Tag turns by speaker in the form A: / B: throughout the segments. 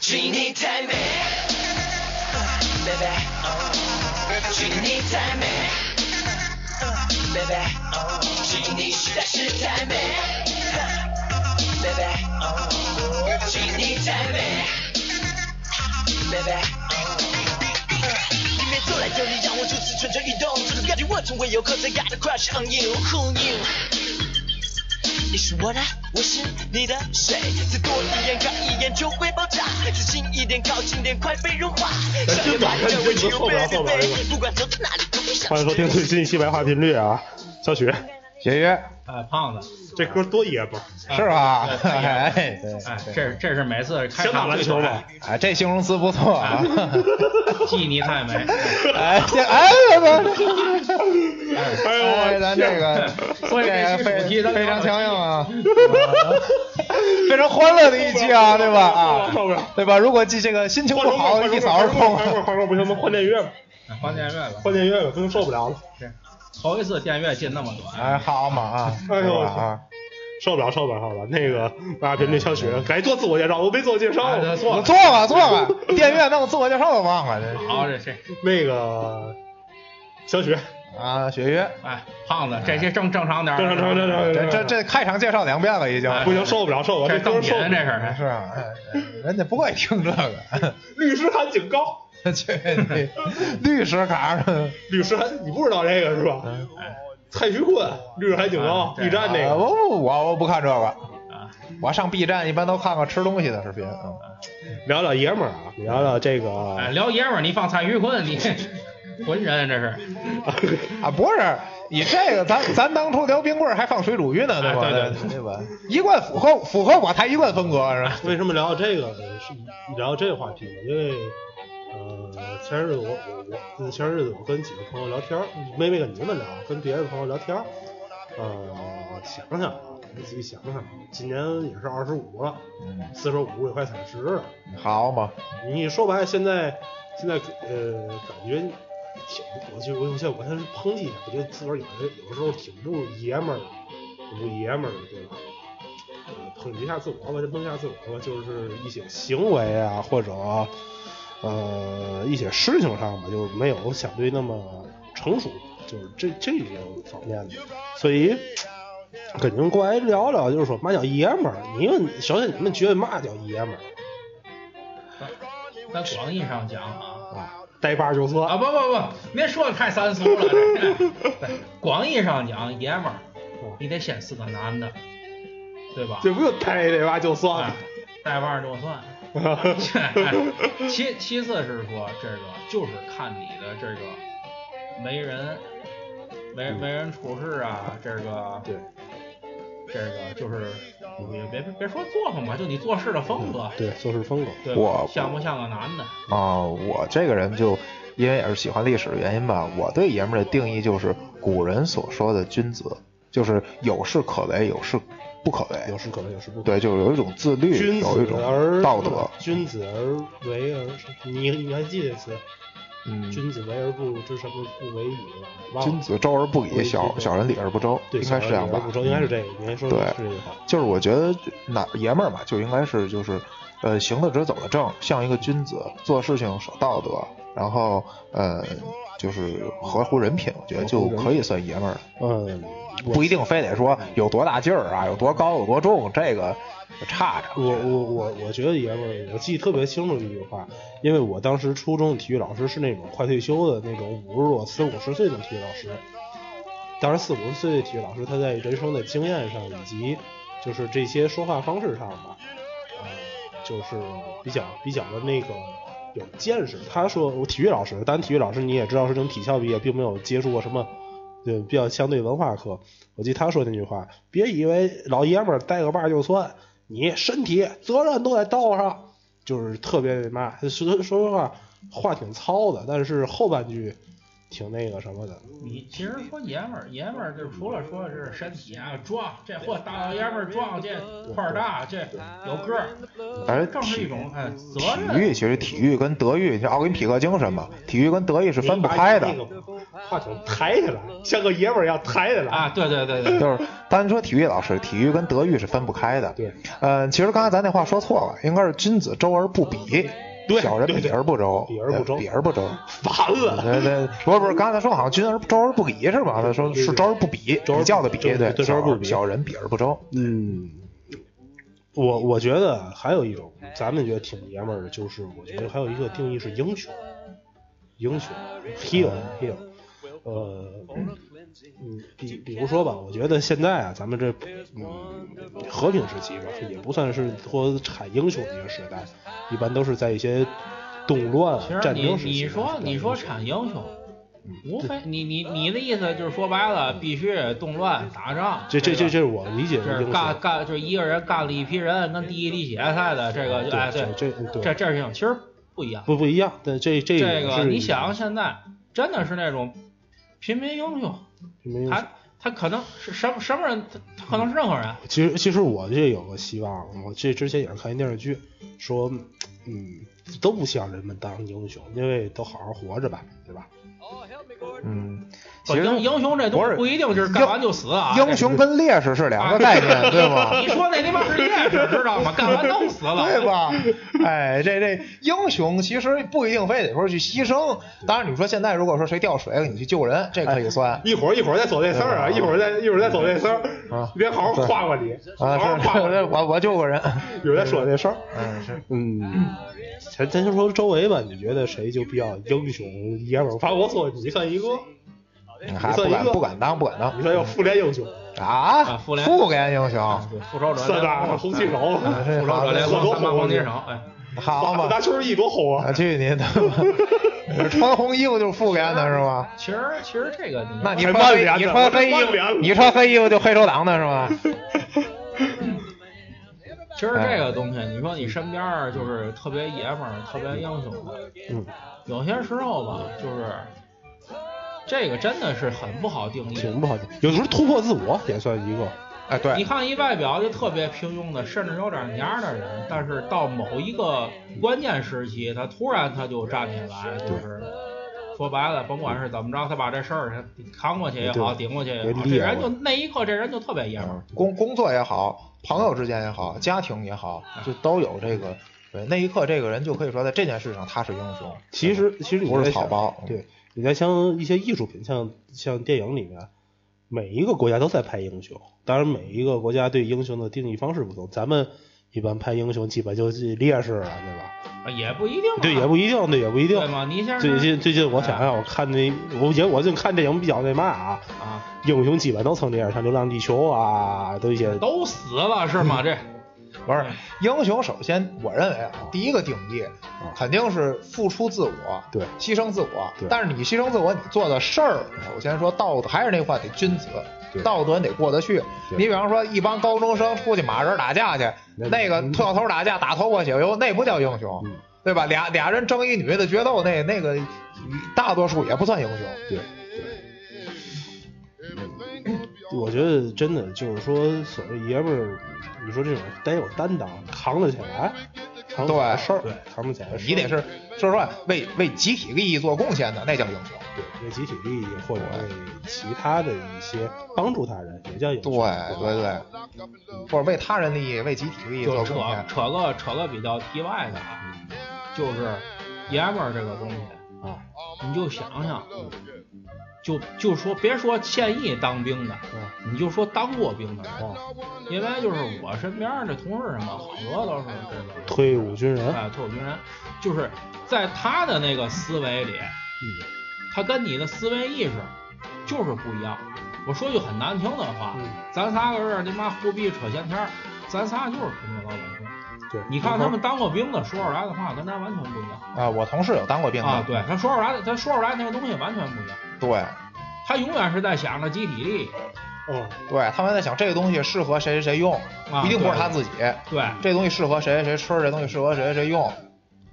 A: She need time, baby. Oh. She need time, baby. Oh. She need 实在是太美，baby. Oh. She need time, baby. 哦 Oh. 一面走来有你让我如此蠢蠢欲动，这种感觉我从未有过。这 got a crush on you, who knew? 你是我的，我是你的，谁？再多一眼，看一眼就会爆炸。再近一点，靠近点，快被融化。
B: 咱
A: 想
B: 就
A: 要
B: 马
A: 把
B: 上
A: 你变
B: 就说
A: 成
B: 后边后边后边
A: 不管走到哪里都会想
B: 欢迎收听最新一期白话频率啊，小许，
C: 节约
D: 哎，胖子，
B: 这歌多爷们儿，
C: 是吧？
D: 对对
C: 哎，
D: 哎，
C: 对对
D: 这这是每次开
B: 想打
D: 场
B: 篮球吗？
C: 哎，这形容词不错啊。
D: 记你 太美。
C: 哎，这哎，
B: 哎呦
C: 哎，
B: 我
C: 咱这个
D: 所以这
C: 这
D: 期
C: 个非
D: 主题咱
C: 非常强硬啊，
B: 硬
C: 非常欢乐的一期啊，对吧？啊
B: 受不了，
C: 对吧？如果记这个心情不好，一扫而空
B: 快。会儿快会儿不行，我们换电乐吧，
D: 哎换电乐吧，
B: 换电乐吧，真受不了了，
D: 是头一次电乐进那么
C: 哎，
D: 短，
C: 好嘛啊，
B: 哎呦
C: 对吧啊，
B: 受不了，受不了，受不了。那个白话频率小许，赶紧做自我介绍，我没自我介绍。
D: 哎
C: 我
D: 错
C: 错吧错吧，电乐弄自我介绍都忘了，这
D: 好这这，
B: 那个小许，
C: 啊，雪月，
D: 哎，胖子，这期正正常点儿，
B: 正常正常正
C: 这这这开场介绍两遍了已经，
B: 常，不行，受不了，受不了，
D: 这
B: 这歌
D: 赠品
B: 受不
D: 这
B: 了。
D: 是，
C: 是啊，哎人家不爱听这个。
B: 律师函警告，
C: 去你律师卡啊上，
B: 律师函，你不知道这个是吧？蔡徐坤，律师函警告
D: 哎，对
B: ，B 站那
C: 啊
B: 个。
C: 我我我我不看这个，
D: 啊，
C: 我上 B 站一般都看看吃东西的视频啊。
B: 聊聊爷们儿啊，聊聊这个
D: 哎，聊爷们儿，你放蔡徐坤，你 浑人这是，
C: 啊，不是，你这个咱咱当初聊冰棍儿还放水煮鱼呢，吧？
D: 哎对
C: 对
D: 对
C: 吧？ 一贯符合符合我台一贯风格是吧？
B: 为什么聊到这个是聊这个话题呢？因为呃，前日子我我我前日子我跟几个朋友聊天儿，没没跟你们聊，跟别的朋友聊天儿，呃，想想啊，我自己想想，今年也是二十五了，四十五也快三十了。
C: 好嘛，
B: 你说白了，现在现在呃，感觉挺，我就我现在我现在是抨击一下，我觉得自个儿有的有的时候挺不爷们儿的，挺不爷们儿的，对吧？呃，抨击一下自我吧，就抨击一下自我吧，就是一些行为啊，或者呃一些事情上吧，就是没有相对那么成熟，就是这这个方面的，所以。跟您过来聊聊，就是说嘛叫爷们儿？你们首先你们觉得嘛叫爷们儿
D: 在广义上讲啊。
B: 啊？带把儿就算
D: 啊不不不，您说的太三俗了。这广义上讲，爷们儿，你得先是个男的，对吧？
B: 这不用带这吧就
C: 啊
B: 算
D: 哎
B: 了。
D: 带腕儿就算。 哎其其次是说这个就是看你的这个为人为
C: 嗯
D: 为人处事啊，这个
B: 对，
D: 这个就是别别别说作风吧，就你做事的风格，
B: 对，做事风格。
D: 对
C: 嗯我
D: 吧？像不像个男的？
C: 啊、我这个人就因为也是喜欢历史原因吧，我对爷们儿的定义就是古人所说的君子，就是有事可为，有事不可为
B: 有。时可能有时不可能。
C: 对，就是有一种自律，
B: 君子
C: 有一种
B: 而
C: 道德。
B: 君子而为而是你你还记得这词？
C: 嗯，
B: 君子为而不知什么不为也。忘了
C: 君子周而不
B: 对
C: 礼，小
B: 对
C: 小人礼而不周，
B: 对，
C: 应该是这样吧？
B: 不应该是这个，应该说
C: 对
B: 是这句话。
C: 就是我觉得男爷们儿嘛，就应该是就是，呃，行得直，走得正，像一个君子，做事情守道德，然后呃，就是合乎人品，我觉得就可以算爷们儿了，
B: 嗯，
C: 不一定非得说有多大劲儿啊，有多高，有多重，这个差着。
B: 我我我我觉得爷们儿，我记得特别清楚一句话，因为我当时初中体育老师是那种快退休的那种五十多、四五十岁的体育老师。当然，四五十岁的体育老师，他在人生的经验上以及就是这些说话方式上吧，呃，就是比较比较的那个有见识。他说，我体育老师，当然体育老师你也知道是从体校毕业，并没有接触过什么。对，比较相对文化课，我记得他说那句话：“别以为老爷们儿带个把儿就算，你身体责任都在道上，就是特别那嘛。说说实话，话挺糙的，但是后半句挺那个什么的。
D: 你其实说爷们儿，爷们儿就除了说是身体啊壮，这货大老爷们儿壮，这块儿大，这有个儿，
C: 而
D: 更是一
C: 体
D: 种哎责
C: 体
D: 任。
C: 育其实体育跟德育，像奥林匹克精神嘛，体育跟德育是分不开的。
B: 你把那个话筒抬起来，像个爷们儿一样抬起来
D: 啊，对对对对，
C: 就是单说体育老师，体育跟德育是分不开的。
B: 对，
C: 嗯，其实刚才咱那话说错了，应该是君子周而不比，
B: 对
C: 小人
B: 对
C: 比
B: 对
C: 而不周，
B: 比而不周
C: 对比而不周。
B: 烦了。
C: 对对，不是不是，刚才说好像君而周而不比是吧？他说
B: 对对
C: 是周而不比，
B: 周而不比
C: 比较的比，
B: 周
C: 对，
B: 对周
C: 小
B: 而不比
C: 小人比而不周。
B: 嗯，我我觉得还有一种，咱们觉得挺爷们儿的，就是我觉得还有一个定义是英雄，英雄 hero hero，呃，嗯，比比如说吧，我觉得现在啊，咱们这嗯和平时期吧，也不算是说产英雄的一个时代，一般都是在一些动乱啊
D: 其、实
B: 战
D: 你
B: 争时期啊嗯才
D: 你说
B: 产
D: 你
B: 英
D: 说
B: 雄
D: 产英雄，无非你你你的意思就是说白了，必须动乱打仗，
B: 这这
D: 这
B: 这这是我理解的
D: 这
B: 英
D: 是
B: 雄。
D: 干干就是一个人干了一批人，跟第一滴血赛的这个就哎
B: 对
D: 对，
B: 这这
D: 这
B: 对
D: 这事情其实不一样。
B: 不不一样，但这这
D: 这
B: 也
D: 个
B: 是
D: 你想现在真的是那种平民英雄，
B: 没有
D: 他他可能是什么什么人，他他可能是任何人，
B: 其实其实我这有个希望，我这之前也是看一电视剧，说，嗯，都不希望人们当英雄，因为都好好活着吧，对吧？
C: 嗯，
D: 不
C: 其实
D: 英英雄这东
C: 不
D: 西
C: 是
D: 不一定就是干完就死啊。
C: 英雄跟烈士是两个 概念，对吗？
D: 你说那他妈是烈士知道吗？干完弄死 了，
C: 对吧？哎，这这英雄其实不一定非得说去牺牲。当然，你说现在如果说谁掉水了，你去救人，这可以算。
B: 一会儿一会儿再走这事儿啊，一会儿再一会儿再走这事儿，
C: 啊
B: 别好好夸夸你，
C: 啊，
B: 好好
C: 是
B: 夸夸
C: 是，
B: 你，
C: 我我救过人。
B: 一会儿再哎说这事儿。
C: 嗯，是。
B: 嗯，咱咱就说周围吧，你觉得谁就比较英雄爷们儿？反正我说你算一个，
C: 嗯还不敢不敢当不敢
B: 你
C: 当
B: 算要复联英雄，
C: 啊！
D: 啊复联
C: 复联英雄，
D: 复仇者
B: 三大哎红旗手，
D: 复仇者联盟三八黄金手，哎，
C: 好
B: 打
C: 嘛
B: 打！球一多红 啊！
C: 我去你的吧！穿红衣服就是复联的是吗？
D: 其实其实这个你
C: 那你
B: 还
C: 穿
B: 曼
C: 黑
B: 联
C: 你
B: 呢
C: 穿
B: 我这
C: 黑衣
B: 曼
C: 服
B: 联，
C: 你穿黑衣服就黑手党的 是吗？
D: 其实这个东西，你说你身边儿就是特别爷们儿、特别英雄的，
B: 嗯，
D: 有些时候吧，就是这个真的是很不好定义。
B: 挺不好听，有时候突破自我也算一个。
C: 哎，
D: 你
C: 对，
D: 看一外表就特别平庸的，甚至有点蔫儿的人，但是到某一个关键时期，他突然他就站起来，就是说白了，甭管是怎么着，他把这事儿扛过去也好，
B: 对
D: 顶过去也
B: 别
D: 好，这
B: 立了
D: 人就那一刻这人就特别爷们儿。
C: 嗯工工作也好，朋友之间也好，家庭也好，就都有这个。对，那一刻这个人就可以说在这件事上他是英雄。
B: 其实其实你
C: 不是
B: 在想
C: 草包
B: 对，你在像一些艺术品，像像电影里面，每一个国家都在拍英雄，当然每一个国家对英雄的定义方式不同，咱们。一般拍英雄基本就是烈士了，对吧？
D: 啊也不一定啊，
B: 嗯对，也不一定，对，也不一定
D: 对。吗？你像
B: 最
D: 是
B: 近最近，我想想，我看那我也我最近看电影比较那嘛啊，
D: 啊，
B: 英雄基本都成这样，像《流浪地球》啊，都一些
D: 都死了是吗？这
C: 不是
B: 嗯
C: 英雄，首先我认为啊，第一个定义肯定是付出自我，
B: 嗯对
C: 牺牲自我
B: 对。
C: 但是你牺牲自我，你做的事儿，首先说道德，还是那话，得君子
B: 对，
C: 道德你得过得去。
B: 对
C: 你比方说一帮高中生出去马人打架去，
B: 那
C: 那个特小头打架打头破血流，那不叫英雄。
B: 嗯
C: 对吧？俩俩人争一女的决斗，那那个大多数也不算英雄。
B: 对对，我觉得真的就是说，所谓爷们儿，你说这种得有担当，扛得起来，扛得起来
C: 对
B: 事儿，扛不起来事儿，
C: 你得是说实话，为为集体利益做贡献的，那叫英雄。
B: 对为集体利益或者为其他的一些帮助他人，也叫有
C: 对对对，或者为他人利益、为集体利益做
D: 就
C: 贡
D: 扯
C: 献。
D: 扯个扯个比较题外的啊，就是爷们儿这个东西，
B: 啊，
D: 你就想想，就就说别说现役当兵的，你就说当过兵的人，
B: 啊，
D: 因为就是我身边儿的同事什么，好多都是这个
B: 退伍军人，
D: 啊退伍军人，就是在他的那个思维里，
B: 嗯
D: 他跟你的思维意识就是不一样。我说句很难听的话，
B: 嗯
D: 咱仨搁这儿他妈胡逼扯闲天儿，咱仨就是平民老百姓。
B: 对，
D: 你看他们当过兵的说出来的话，跟咱完全不一样
C: 啊，我同事有当过兵的，
D: 啊！对，他说出来的，他说出来那个东西完全不一样。
C: 对
D: 他永远是在想着集体利益，
B: 嗯，
C: 对，他们在想这个东西适合谁谁谁用，
D: 啊
C: 一定不是他自己。
D: 对，
C: 这东西适合谁谁吃，这东西适合谁谁用。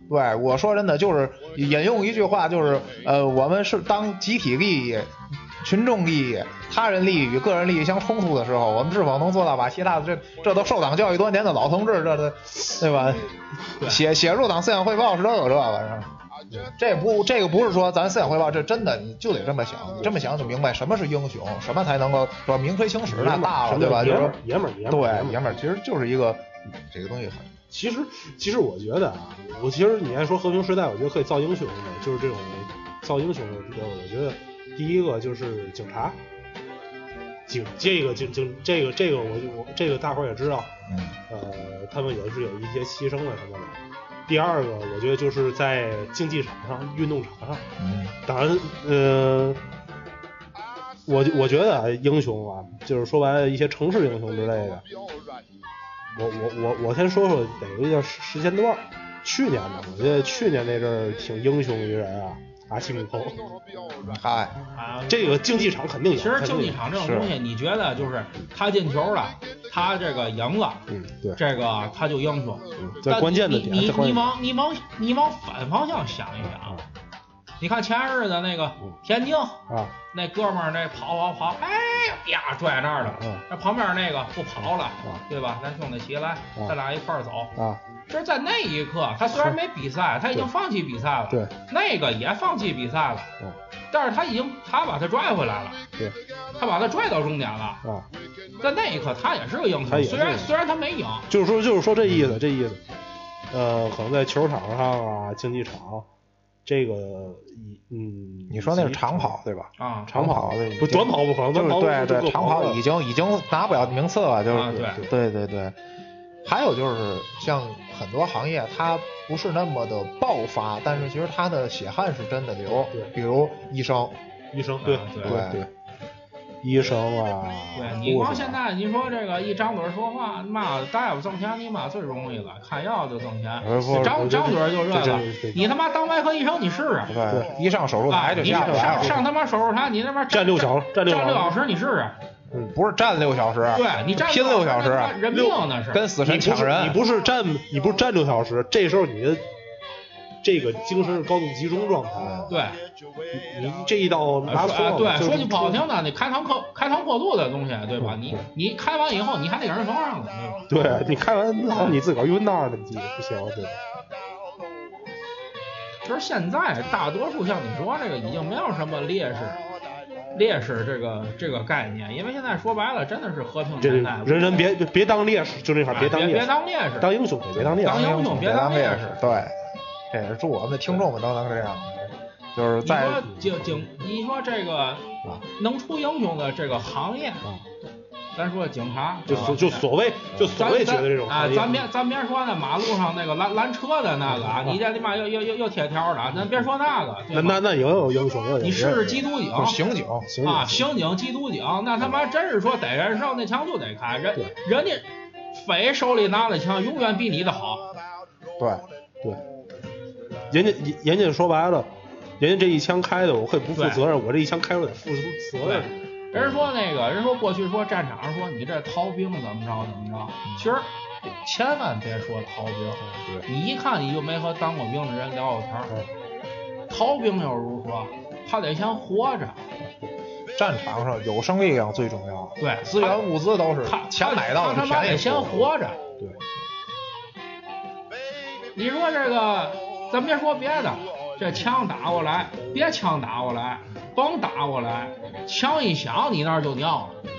C: 对，我说真的，就是引用一句话，就是呃，我们是当集体利益、群众利益、他人利益与个人利益相冲突的时候，我们是否能做到把希腊的这这都受党教育多年的老同志，这这对吧？
D: 对
C: 写写入党思想汇报时都有这个，是吧？这不，这个不是说咱思想汇报，这真的你就得这么想，你这么想就明白什么是英雄，什么才能够说名垂青史，那大了对吧？就
B: 爷们儿，爷
C: 是说
B: 们儿，爷们儿，
C: 对爷
B: 儿。
C: 们儿，其实就是一个这个东西很
B: 其实，其实我觉得啊，我其实你爱说和平时代，我觉得可以造英雄的，就是这种造英雄的歌。我觉得第一个就是警察，警这个警警这个这个我就我这个大伙儿也知道，
C: 嗯
B: 呃，他们也是有一些牺牲啊的什么的。第二个，我觉得就是在竞技场上、运动场上，
C: 嗯
B: 当然，呃，我我觉得啊，英雄啊，就是说白了，一些城市英雄之类的。我我我我先说说哪个叫时时间段儿，去年吧，我觉得去年那阵儿挺英雄于人啊，阿西姆空，
C: 嗨，
D: 啊，
B: 这个竞技场肯定有。
D: 其实
B: 肯定
D: 竞
B: 有
D: 技场这种东西，你觉得就是他进球了，他这个赢了，
B: 嗯，对，
D: 这个他就英雄。
B: 在关键的点，
D: 你
B: 在关
D: 你
B: 键的
D: 往你往你往反方向想一
B: 点
D: 想，你看前日子那个
B: 嗯
D: 天津
B: 啊
D: 那哥们儿那跑跑跑，哎呀拽那儿了，
B: 嗯
D: 那旁边那个不跑了
B: 嗯，
D: 对吧？咱兄弟齐来，
B: 嗯
D: 咱俩一块儿走。
B: 啊啊，
D: 这在那一刻，他虽然没比赛，他已经放弃比赛了，
B: 对，
D: 那个也放弃比赛了，
B: 嗯
D: 但是他已经他把他拽回来了，
B: 对
D: 他把他拽到终点了，
B: 啊，
D: 在那一刻他也是个英
B: 他
D: 雄，
B: 也是
D: 虽然
B: 个
D: 虽然他没赢，
B: 就是说就是说这意思，这意思，呃，可能在球场上啊，竞技场，这个以嗯，
C: 你说那是
B: 以及
C: 长跑对吧？
D: 啊，
B: 长跑
C: 的已经
B: 不短跑不可能，
C: 就
B: 短跑
C: 是
B: 就
C: 对对，
B: 够
C: 长跑
B: 了
C: 已经已经拿不了名次了，就是、
D: 啊对
C: 对对对。还有就是像很多行业，它不是那么的爆发，但是其实它的血汗是真的流
B: 对。
C: 比如医生，
B: 医生
D: 啊对
B: 对
C: 对
B: 对，医生啊，
D: 对你光现在你说这个一张嘴说话，妈大夫挣钱你妈最容易了，看药就挣钱，
C: 呃不
D: 张
B: 我觉得
D: 张嘴就
B: 这
D: 个
B: 这这，
D: 你他妈当外科医生你试试，
C: 对，一上手术
D: 啊
C: 台就
D: 你
C: 下
D: 上
C: 来
D: 上
C: 了，
D: 上他妈手术台，你他妈
B: 站六小时，站
D: 站
B: 六嗯
D: 六小
B: 小时，
D: 时你试试，
C: 不是站六小时，
D: 对你站
C: 拼六小时，
D: 那人命那是
C: 跟死
B: 你
C: 神
B: 不是
C: 抢人，
B: 你不是站，你不是站六小时，这时候你的这个精神是高度集中状态，
D: 对。
B: 你你这一道拿
D: 啊，
B: 错
D: 说
B: 了，
D: 嗯啊
B: 就
D: 对，
B: 是
D: 说句不好听的，你开膛破开膛破肚的东西，对吧？你你开完以后，你还得给人缝上呢，对吧？
B: 对你开完那好你自个儿晕那儿了，你不行，对吧？
D: 其实现在大多数像你说这个，已经没有什么烈士烈士这个这个概念，因为现在说白了，真的是和平
B: 这
D: 年代，
B: 人人别别别当烈士，就这
D: 哎啊
B: 块儿
D: 别
B: 当烈
D: 别
B: 士，
D: 当烈士，
B: 当英雄别当烈
D: 当
B: 士，
D: 英雄别
C: 别
D: 当
C: 当
D: 烈
C: 烈
D: 士
C: 士，对，这也是祝我们的听众们都能这样，就是
D: 你
C: 在
D: 说警警，你说这
B: 啊
D: 个能出英雄的这个行业，咱说警察，
B: 就
D: 对吧
B: 所就所谓就所
D: 咱
B: 谓觉
D: 啊咱
B: 得这种
D: 啊，
B: 行业
D: 咱别咱别说那马路上那个拦拦车的那个啊，你这他妈又又又又贴条的，啊咱别说那个，对
B: 那
D: 吧
B: 那那也有英雄，也有
D: 你试试缉毒警
C: 就是刑警，
B: 行
D: 啊，刑警、缉毒警，那他妈真是说逮人上那枪就得开，人
B: 对
D: 人家匪手里拿的枪永远比你的好，
C: 对。
B: 对，人家人家说白了，人家这一枪开的，我可以不负责任，我这一枪开出得负责任。
D: 人说那个人说过去说战场上说你这逃兵怎么着怎么着，
B: 嗯
D: 其实千万别说逃兵，你一看你就没和当过兵的人聊过天儿。逃兵又如何？他得先活着，
C: 战场上有生力量最重要，
D: 对，
C: 资源物资都是
D: 他
C: 钱买到
D: 他他
C: 的，
D: 妈
C: 便
D: 得
C: 宜
D: 先
C: 付
D: 活着。
B: 对，
D: 你说这个，咱别说别的，这枪打过来，别枪打过来，甭打过来，枪一响你那儿就尿了。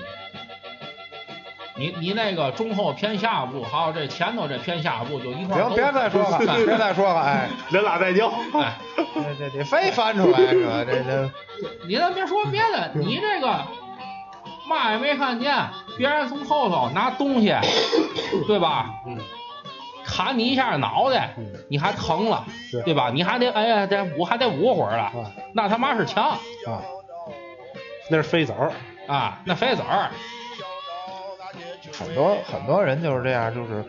D: 你你那个中后偏下部，还有这前头这偏下部就一块儿
C: 行，
D: 都
C: 别再说 了，别再说了，哎，
B: 人俩在叫，
D: 哎，
C: 这这这非翻出来是吧？这这
D: 你咱别说别的，你这个嘛也没看见，别人从后头拿东西，对吧？
B: 嗯，
D: 砍你一下脑袋
B: 嗯，
D: 你还疼了，
B: 是
D: 对吧？你还得哎呀，得捂还得捂会儿了，
B: 啊
D: 那他妈是枪
B: 啊，那是飞子儿，
D: 啊，那飞子儿，
C: 很多很多人就是这样，就是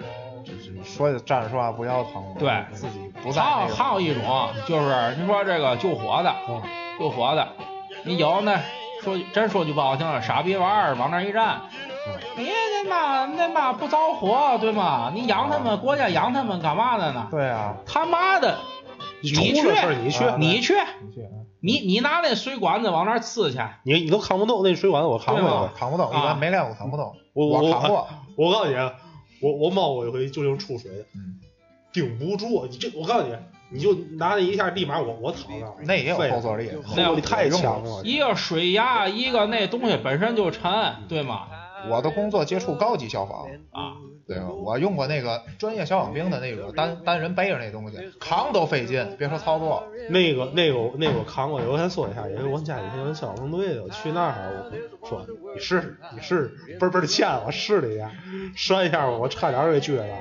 C: 就是说站着说话不腰疼，
D: 对
C: 自己不在
D: 还
C: 那
D: 有
C: 个
D: 还有一种就是你说这个救火的，
B: 啊
D: 救火的，你有那说真说句不好听的，傻逼玩意儿往那儿一站。你那嘛那嘛不着火对吗？你养他们，国家养他们干嘛的呢？
C: 对啊，
D: 他妈的，
B: 你
D: 去
B: 出了事儿你去，啊
D: 你去，
C: 你去，
D: 你你拿那水管子往那儿呲去，
B: 你你都扛不动那水管子，我扛
C: 扛
B: 过去
C: 不动
B: 了。，
C: 扛不动，一
D: 啊
C: 般没练过扛不动，
B: 我我
C: 扛过，
B: 我告诉你，啊，我我冒过一回就是用触水的
C: 嗯，
B: 顶不住。你这我告诉你，你就拿那一下，立马我我躺那儿，
C: 那也有
B: 废了
C: 后坐力
B: 后坐力太强了。
D: 一个水压，一个那东西本身就沉，对吗？
C: 我的工作接触高级消防，
D: 啊，
C: 对吧？我用过那个专业消防兵的那种单单人背着那东西，扛都费劲，别说操作。
B: 那个那个我那个我扛过，我先搜一下，因为我家里有消防队的，我去那儿我说你试试你试试，嘣嘣的欠我试了一下， 摔一下我差点儿给撅了。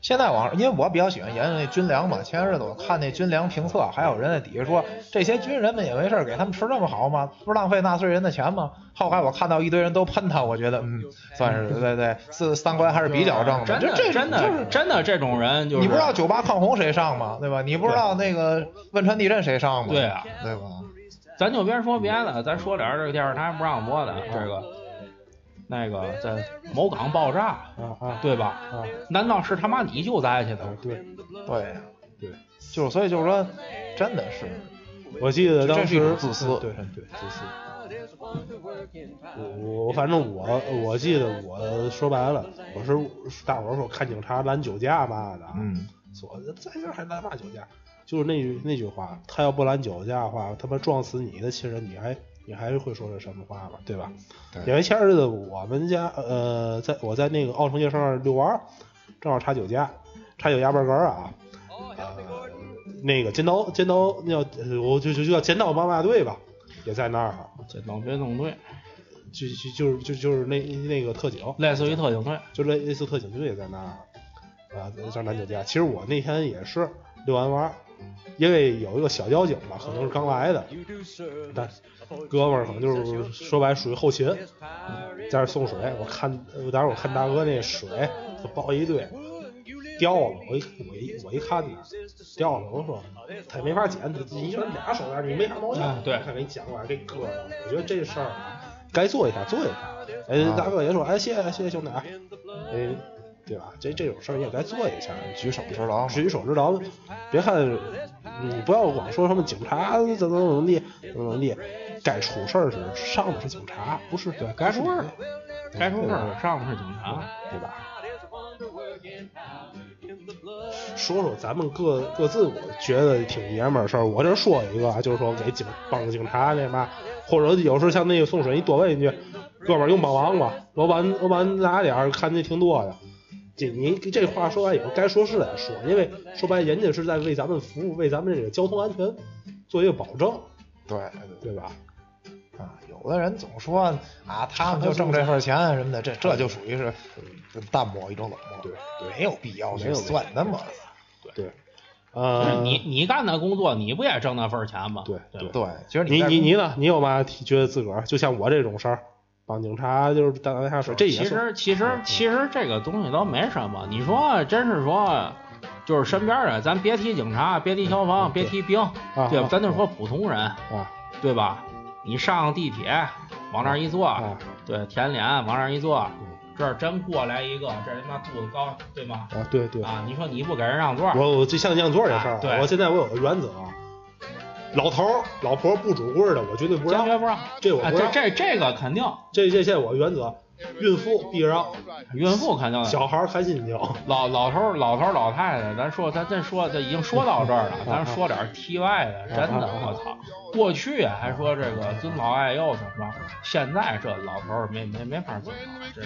C: 现在网上，因为我比较喜欢研究那军粮嘛，前些日子我看那军粮评测，还有人在底下说，这些军人们也没事儿给他们吃这么好吗？不是浪费纳税人的钱吗？后来我看到一堆人都喷他，我觉得嗯，算是对对，是三观还是比较正
D: 真
C: 就
D: 的
C: 这
D: 真
C: 就
D: 的
C: 是
D: 真的这种人就是
C: 你不知道九八抗洪谁上吗？对吧？你不知道那个汶川地震谁上吗？
D: 对啊
C: 对吧？
D: 咱就别说别的，咱说点儿这个电视台不让播的这个，那个在某港爆炸，
B: 啊啊
D: 对吧？
B: 啊！
D: 难道是他妈你救灾去的吗
B: 啊？对，
C: 对呀，
B: 对，
C: 就是所以就是说，真的是
B: 我记得当
C: 这是一种
B: 时嗯
C: 自私
B: 对对自私。
C: 嗯
B: 我我反正我我记得我说白了，我是大伙儿说看警察拦酒驾嘛的，啊
C: 嗯，
B: 说在这儿还拦嘛酒驾，就是那句那句话，他要不拦酒驾的话，他妈撞死你的亲人，你还你还会说这什么话吗？对吧？
C: 对
B: 因为前日子我们家呃，在我在那个奥城夜市遛弯儿，正好查酒驾，查酒驾半根儿啊，呃，那个尖刀尖刀那叫呃我就就就叫尖刀妈妈队吧，也在那儿啊，
D: 这老别弄队，
B: 就就就是就就是那那个特警，
D: 类似于特警队，
B: 就类类似特警队也在那儿，啊，上南酒家。其实我那天也是遛完弯儿，因为有一个小交警吧，可能是刚来的，但哥们儿可能就是说白属于后勤，在那儿送水。我看，呃当时我看大哥那水就抱一堆掉了，我一我一我一看呢，掉了，我说他也没法捡，他你就俩手袋，你没啥毛
D: 啊
B: 病，
D: 对
B: 他给你捡过来给搁上。我觉得这事儿啊该做一下做一下。哎
C: 啊，
B: 大哥也说，哎，谢谢谢谢兄弟啊，哎，对吧？这这种事儿也该做一下，
C: 举手之劳嘛。
B: 举手之劳，别看你不要光说什么警察怎么怎么怎么地怎么怎么地，该出事儿时上的是警察，不是对
D: 该出事儿
B: 儿，
D: 该出事儿上面是警察。
B: 对吧？说说咱们各各自，我觉得挺爷们儿事儿。我这说一个啊，就是说给警帮警察那嘛，或者有时候像那个送水，你多问一句，哥们儿用帮忙吗？我晚我晚拿点儿，看见挺多的。这你这话说完以后，该说是得说，因为说白，人家是在为咱们服务，为咱们这个交通安全做一个保证，
C: 对对对。
B: 对吧？
C: 啊，有的人总说啊，他们就挣这份钱什么的，这这就属于是淡漠一种冷漠，
B: 对对
C: 没有必要
B: 没
C: 去
B: 有必要
C: 算那么，
B: 对，呃，
D: 你你干的工作，你不也挣那份儿钱吗？
B: 对
D: 对
B: 对
D: 吧
C: 对，其实
B: 你
C: 在
B: 你你呢？你有嘛提觉得自个儿就像我这种事儿，帮警察就是打打下水，这也
D: 其
B: 是
D: 实其实其实这个东西都没什么。你说真是说，就是身边人，咱别提警察，别提消防，别提兵，嗯对吧
B: 啊？
D: 咱就说普通人，
B: 啊
D: 对吧？你上地铁往那儿一坐，
B: 啊
D: 对，舔脸往那儿一坐，这儿真过来一个，这人他妈肚子高，对吗？
B: 啊，对对，
D: 啊，你说你不给人 让座，
B: 我我就像让座这事儿
D: 啊对
B: 啊，我现在我有个原则啊，老头儿老婆不主棍儿的，我绝对不
D: 坚
B: 让
D: 决，不让。
B: 这我
D: 啊，
B: 不
D: 这
B: 让，
D: 这这个肯定，
B: 这这现在我原则，孕妇避让，
D: 孕妇肯定的。
B: 小孩儿开心就。
D: 老老头儿老头儿老太太，咱说咱这说这已经说到这儿了，咱说点儿 T Y 的，真的哎我操！过去啊还说这个尊老爱幼怎么着，现在这老头儿没没没法尊老，这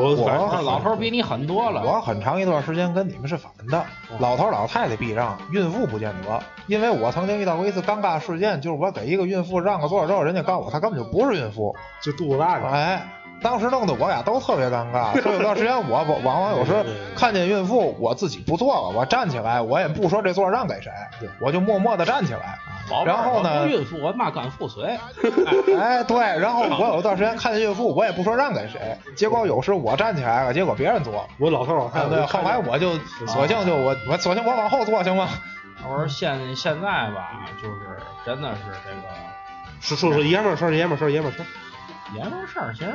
B: 我
C: 我
B: 反
D: 这
B: 正
D: 老 头儿比你狠多了。
C: 我很长一段时间跟你们是反的，
B: 哦
C: 老头老太太避让，孕妇不见得，因为我曾经遇到过一次尴尬事件，就是我给一个孕妇让个座儿之后，人家告诉我她根本就不是孕妇，
B: 就肚子大点，
C: 哎，当时弄得我俩都特别尴尬。所以有段时间我我往往有时候看见孕妇，我自己不坐了，我站起来，我也不说这座让给谁
B: 对，
C: 我就默默的站起 来。
D: 宝贝儿
C: 然后
D: 我
C: 呢
D: 不，孕妇我骂敢腹随，
C: 哎，对，然后我有一段时间看见孕妇，我也不说让给谁，结果有时我站起来了，结果别人坐了。
B: 我老头儿老太
C: 哎，
B: 太，
C: 对，
B: 啊我
C: 后
B: 看
C: 来
B: 见啊
C: 我就索性就我我索性我往后坐行吗？
D: 我说现现在吧，就是真的是这个
B: 说说说爷们儿事儿，爷们儿事儿，爷们儿事儿，
D: 爷们儿事儿，其实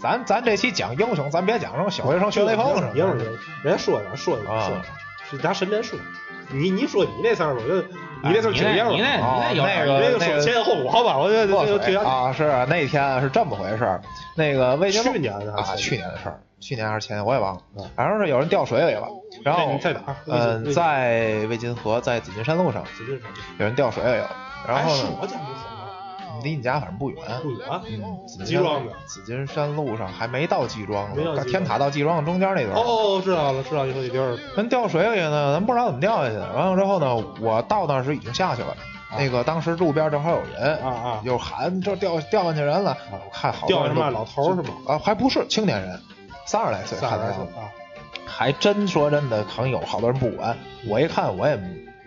C: 咱咱这期讲英雄，咱别讲什么小学生学雷锋什么
B: 爷们儿事
C: 的。
B: 儿，人家说的说的
C: 啊
B: 说的，是咱身边说的。你你说你那事儿吧，我觉得你那事儿挺
D: 哎
B: 爷们儿的。
D: 你那你
C: 哦
D: 那有点
C: 那
B: 这
C: 个
B: 个说前因后果吧，我觉得
C: 落
B: 这个
C: 水
B: 挺
C: 啊，是那天是这么回事儿。那个魏军
B: 去年的还是
C: 啊，
B: 前
C: 去
B: 年
C: 年的事儿。去年还是前年我也忘了
B: 嗯，
C: 反正是有人掉水里了。然后
B: 你在哪儿
C: 嗯、
B: 魏晋
C: 在魏津河，在紫金山路上
B: 随便说
C: 有人掉水里了。然后
B: 哎是
C: 呢，
B: 我家门口吗？
C: 离你家反正不远，
B: 不远，
C: 嗯，紫
B: 集
C: 金
B: 装的
C: 山紫金山路上还没到集庄
B: 没到集
C: 呢，到
B: 装
C: 天塔到集庄中间那段。
B: 哦，知道了，知道你说那地儿。
C: 人掉水里呢，咱不知道怎么掉下去的。完了之后呢，我到那儿时已经下去了。那个当时路边正好有人，
B: 啊啊
C: 就喊这掉掉下去人了。我看好多
B: 掉下什
C: 人都
B: 么老头儿是吗？
C: 啊，还不是青年人，三十来岁，
B: 三
C: 看
B: 十
C: 着
B: 来
C: 样
B: 岁
C: 子
B: 啊，
C: 还真说真的，可能有好多人不管。我一看，我也，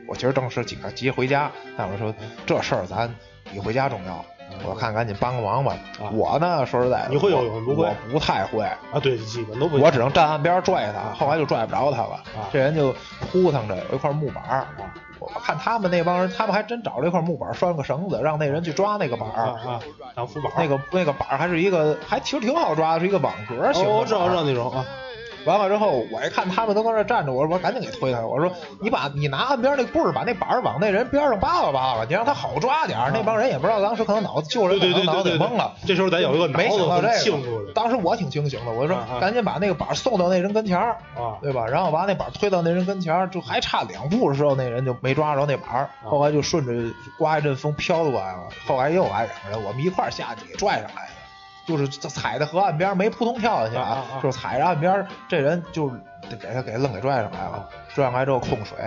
C: 我其实正是急急回家，但我说这事儿咱比回家重要。我看赶紧帮个忙吧。
B: 嗯啊
C: 我呢，说实在的，
B: 你会游
C: 我
B: 泳不会
C: 我不太会。
B: 啊，对，基本都不
C: 我只能站岸边拽他，后来就拽不着他了。
B: 啊
C: 这人就扑腾着有一块木板儿，我看他们那帮人，他们还真找了一块木板儿拴个绳子，让那人去抓那个板
B: 啊
C: 儿。
B: 啊，当福宝
C: 那个那个板儿还是一个，还其实挺好抓的，是一个网格型的板儿。
B: 哦，我知道，我知道那种啊，
C: 完了之后，我一看他们都搁那站着，我说我赶紧给推开。我说你把你拿岸边那棍儿把那板儿往那人边上扒拉扒拉，你让他好抓点儿。那帮人也不知道当时可能脑子救人，
B: 啊对
C: 可
B: 对对
C: 能脑
B: 对对
C: 子给懵了。
B: 对这时候咱有一个脑
C: 没想
B: 子
C: 到这
B: 很
C: 个，
B: 清楚的
C: 当时我挺清醒的，我说
B: 啊啊
C: 赶紧把那个板儿送到那人跟前儿，
B: 啊
C: 对吧？然后把那板儿推到那人跟前儿，就还差两步的时候，那人就没抓着那板儿，
B: 啊
C: 后来就顺着刮一阵风飘过来了。后来又来两个人，我们一块儿下去给拽上来的，就是踩在河岸边儿没扑通跳下去
B: 啊啊啊
C: 就是踩着岸边儿，这人就得给他给愣给拽上来
B: 啊
C: 了，拽上来之后控水。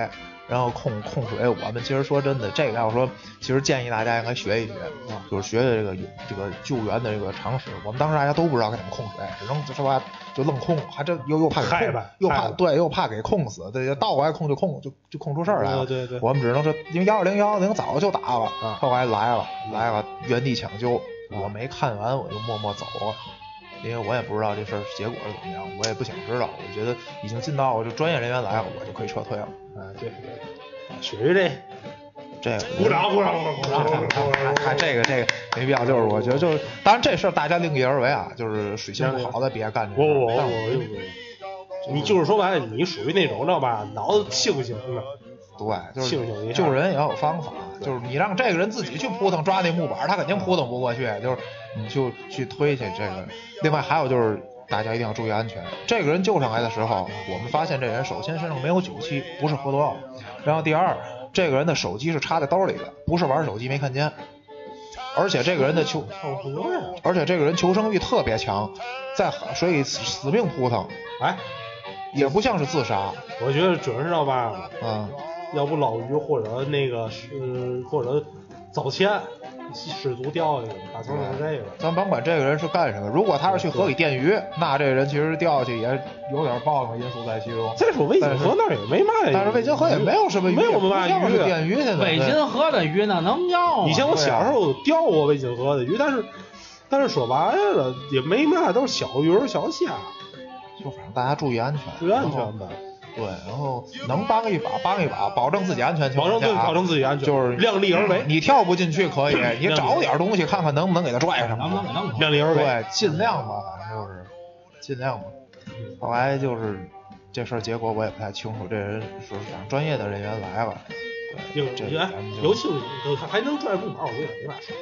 C: 然后控控水，我们其实说真的，这个要说，其实建议大家应该学一学，
B: 啊
C: 就是学学这个这个救援的这个常识。我们当时大家都不知道该怎么控水，只能就说白了就愣控，还真又又怕给
B: 害
C: 控
B: 吧
C: 又
B: 害
C: 怕
B: 吧
C: 对，又怕给控死，对，倒过来控就控就就控出事儿来了。
B: 对对对
C: 我们只能说，因为幺二零幺二零早就打了
B: 啊，
C: 后来来了来了，原地抢救，我没看完我就默默走了。因为我也不知道这事儿结果是怎么样，我也不想知道。我觉得已经尽到，就专业人员来了，我就可以撤退了。
B: 啊，对，哎属于这
C: 嗯这个
B: 鼓掌鼓掌鼓掌鼓掌鼓掌鼓掌
C: 啊，这个这个没必要，就是我觉得就是，当然这事儿大家另一而为啊，就是水性不好的别干这事
B: 我
C: 儿。
B: 我我我，你就是说白了，你属于那种知道吧，脑子清醒
D: 嗯
B: 的，
C: 对，就
B: 庆幸一
C: 是
B: 下
C: 救人也要有方法，就是你让这个人自己去扑腾抓那木板儿，他肯定扑腾不过去，就是你就去推去这个。另外还有就是。大家一定要注意安全。这个人救上来的时候，我们发现这人首先身上没有酒气，不是喝多了；然后第二，这个人的手机是插在兜里的，不是玩手机没看见。而且这个人的求
B: 差不多呀。
C: 而且这个人求生欲特别强，在水里死死命扑腾，
B: 哎，
C: 也不像是自杀，
D: 嗯
B: 我觉得准是知道吧，
C: 嗯，
B: 要不老于或者那个是呃或者早先失足掉下去，打
C: 嗯
B: 算是这个。
C: 咱甭管这个人是干什么，如果他是去河里电鱼，那这个人其实掉下去也有点报应因素在其中。
B: 再说魏晋河那儿也没嘛，
C: 但是魏津河也没有什么鱼，
B: 没有嘛
C: 不像是
B: 鱼。
C: 电鱼现在。
D: 北京河的鱼那能要吗？
B: 以前我
C: 啊
B: 小时候钓过魏晋河的鱼，但是但是说白了也没嘛，都是小鱼儿小虾，
C: 就反正大家注意安全，
B: 最安
C: 然后
B: 全呗。
C: 对，然后能帮一把帮一把，保证自己安全情
B: 保
C: 况
B: 证
C: 下
B: 自己
C: 啊，
B: 保证自己安全，
C: 就是
B: 量力而为，
C: 你跳不进 去可以，你找点东西看看能不能给他拽上。
D: 能能能
B: 量力而为。
C: 对，尽量吧，反正就是尽量吧。
B: 嗯
C: 后来就是这事儿结果我也不太清楚，这人说是反正专业的人员来了，
B: 有
C: 对，这
B: 哎
C: 咱们，
B: 尤
C: 就
B: 其我还能拽木板，我觉得没嘛事。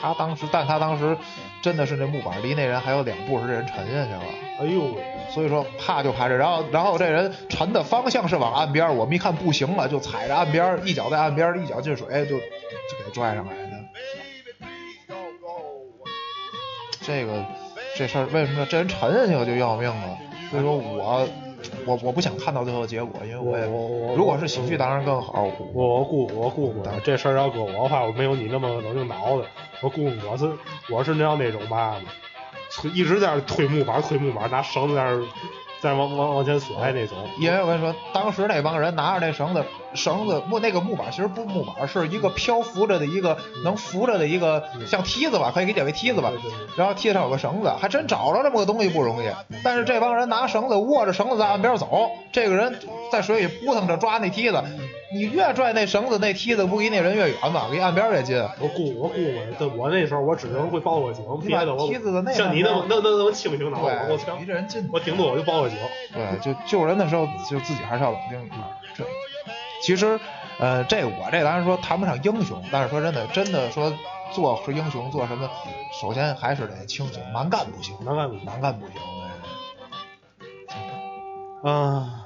C: 他当时，但他当时真的是那木板离那人还有两步，是这人沉下去了。
B: 哎呦，
C: 所以说怕就怕这，然后然后这人沉的方向是往岸边儿，我们一看不行了，就踩着岸边儿，一脚在岸边儿，一脚进水，哎就就给拽上来的。这个这事儿为什么这人沉下去了就要命了？所以说我我我不想看到最后的结果，因为我也
B: 我我我
C: 如果是喜剧当然更好。我
B: 我顾我顾不了这事儿，要搁我的话，我没有你那么冷静脑子。我顾我是我是那样那种嘛的，推一直在那儿推木板，推木板，拿绳子在那儿在那儿往往往前甩那种。
C: 因为我跟你说，当时那帮人拿着那绳子，绳子木那个木板其实不是木板，是一个漂浮着的一个能浮着的一个像梯子吧，可以理解为梯子吧
B: 嗯对对对。
C: 然后梯子上有个绳子，还真找着这么个东西不容易。
B: 嗯
C: 但是这帮人拿绳子握着绳子在岸边走，这个人在水里扑腾着抓那梯子，
B: 嗯
C: 你越拽那绳子，那梯子不离那人越远嘛，离岸边越近。
B: 我顾我顾我，但我那时候我只能会报个警，
C: 你
B: 别
C: 把
B: 的我
C: 梯子的那
B: 像你那么
C: 半边
B: 那那那么清醒脑子，我
C: 对，
B: 操
C: 离！这人近。
B: 我顶多我就报个警。
C: 对，就救人的时候，就自己还是要冷静一点。这其实，呃，这我这当然说谈不上英雄，但是说真的，真的说做是英雄，做什么，首先还是得清醒，蛮干不行，
B: 蛮干不行
C: 蛮干不行。对
B: 啊，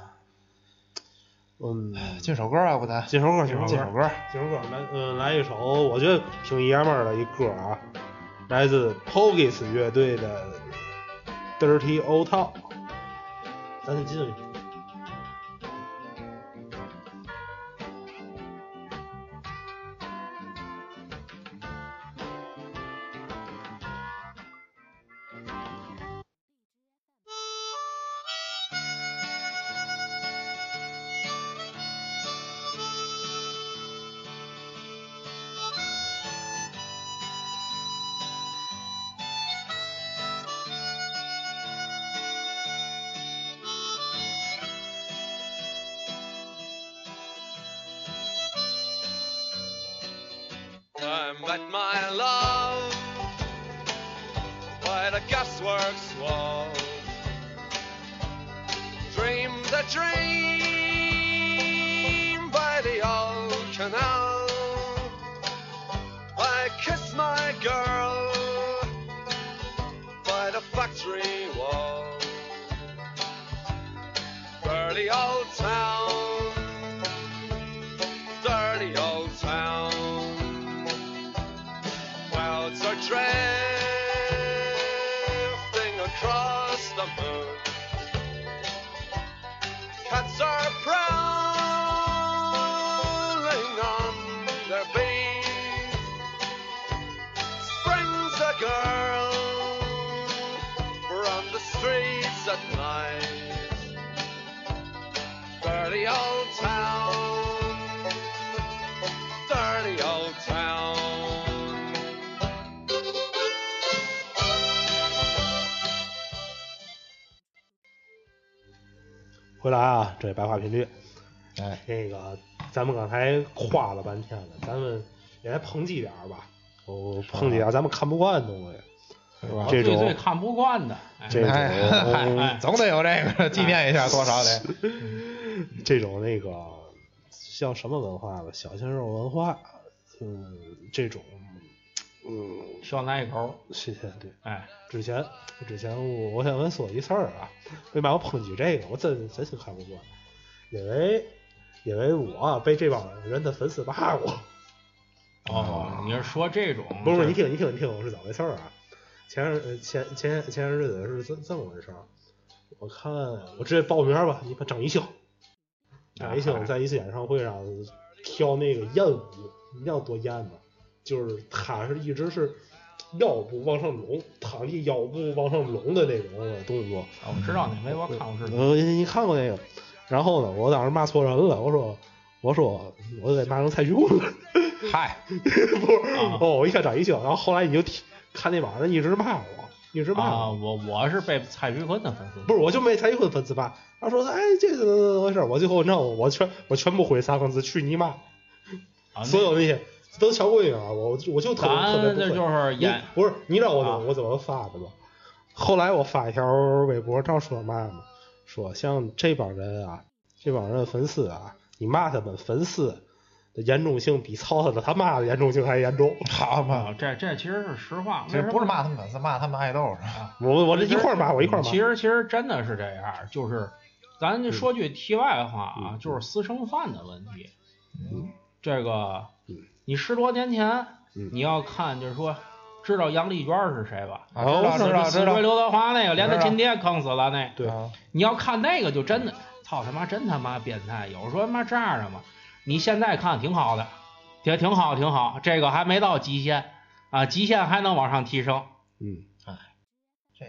B: 嗯，
C: 进首歌啊，不谈。
B: 进首歌，进
C: 进
B: 首
C: 首
B: 歌，
C: 歌，
B: 进首歌，来，嗯，来一首我觉得挺爷们儿的一歌啊，来自 Pogis 乐队的《Dirty Old Town》，咱得进去。
E: I'm at my love by the gasworks wall. Dream the dream by the old canal. I kiss my girl by the factory wall. Dirty old town, dirty old town clouds are drifting across the moon. Cats are prowling on their beat. Springs a girl from the streets at night. Dirty old town. Dirty old town.
B: 回来啊，这白话频率，
C: 哎，
B: 那个咱们刚才夸了半天了，咱们也来抨击点儿吧，我哦抨击点儿咱们看不惯的东西，
C: 是吧？
B: 这
D: 最
B: 种
D: 最看不惯的，哎
B: 这种嗯
D: 哎
C: 总得有这 个纪念一下，多少得。
B: 这种那个像什么文化吧，小鲜肉文化，嗯，这种，嗯，
D: 小奶狗，
B: 谢谢。对，
D: 哎，
B: 之前之前我我想问说一事儿啊，为嘛我抨击这个？我真真是看不惯，因为因为我啊被这帮人的粉丝骂过。
D: 哦，你是说这种？
B: 不是，你听，你听，你听，我是咋回事儿啊？前呃前前前些日子是这这么回事儿，我看我直接报名吧，你看张艺兴，张艺兴在一次演唱会上跳那个艳舞，你知道多艳吗？就是他是一直是腰部往上拢，躺地腰部往上拢的那种动作，
D: 啊我知道你微博看过视频，
B: 呃，你看过那个？然后呢，我当时骂错人了，我说我说我给骂成蔡徐坤了。
D: 嗨，
B: 不是，
D: 啊
B: 哦，我一看长一秀，然后后来你就提看那网上一直骂我，一直骂
D: 啊，
B: 我，
D: 我我是被蔡徐坤的粉丝，
B: 不是，我就没蔡徐坤粉丝骂，他说哎这是怎么怎么回事？我最后你知道我全我全部回三个字去你妈，
D: 啊，
B: 所有那些都是小闺女啊，我我就我就特别特别
D: 咱
B: 不
D: 这
B: 会
D: 就是
B: 你
D: 演
B: 不是，你知道我怎么、
D: 啊
B: 我怎么发的吗？后来我发一条微博，照说嘛嘛，说像这帮人啊，这帮人的粉丝啊，你骂他们粉丝的严重性比操他的他妈的严重性还严重。
C: 好嘛，
D: 啊，这这其实是实话，
C: 这
D: 为什
C: 不
D: 么
C: 是骂他们粉丝，骂他们爱豆是吧？
B: 我我这一块儿骂，我一块儿骂
D: 其。实其实真的是这样，就是咱就说句题外话啊，就是私生饭的问题。
B: 嗯，
D: 这个
B: 嗯
D: 你十多年前
B: 嗯
D: 你要看，就是说知道杨丽娟是谁吧？
C: 啊，
B: 哦
C: 知道知道
D: 死
C: 知道
D: 鬼。刘德华那个，连他
C: 知道
D: 亲爹坑死了那。
B: 对
C: 啊
D: 你要看那个就真的，操他妈真他妈变态！有说他妈这样的吗？你现在看挺好的，也挺好挺好，这个还没到极限啊，极限还能往上提升。
B: 嗯，
C: 这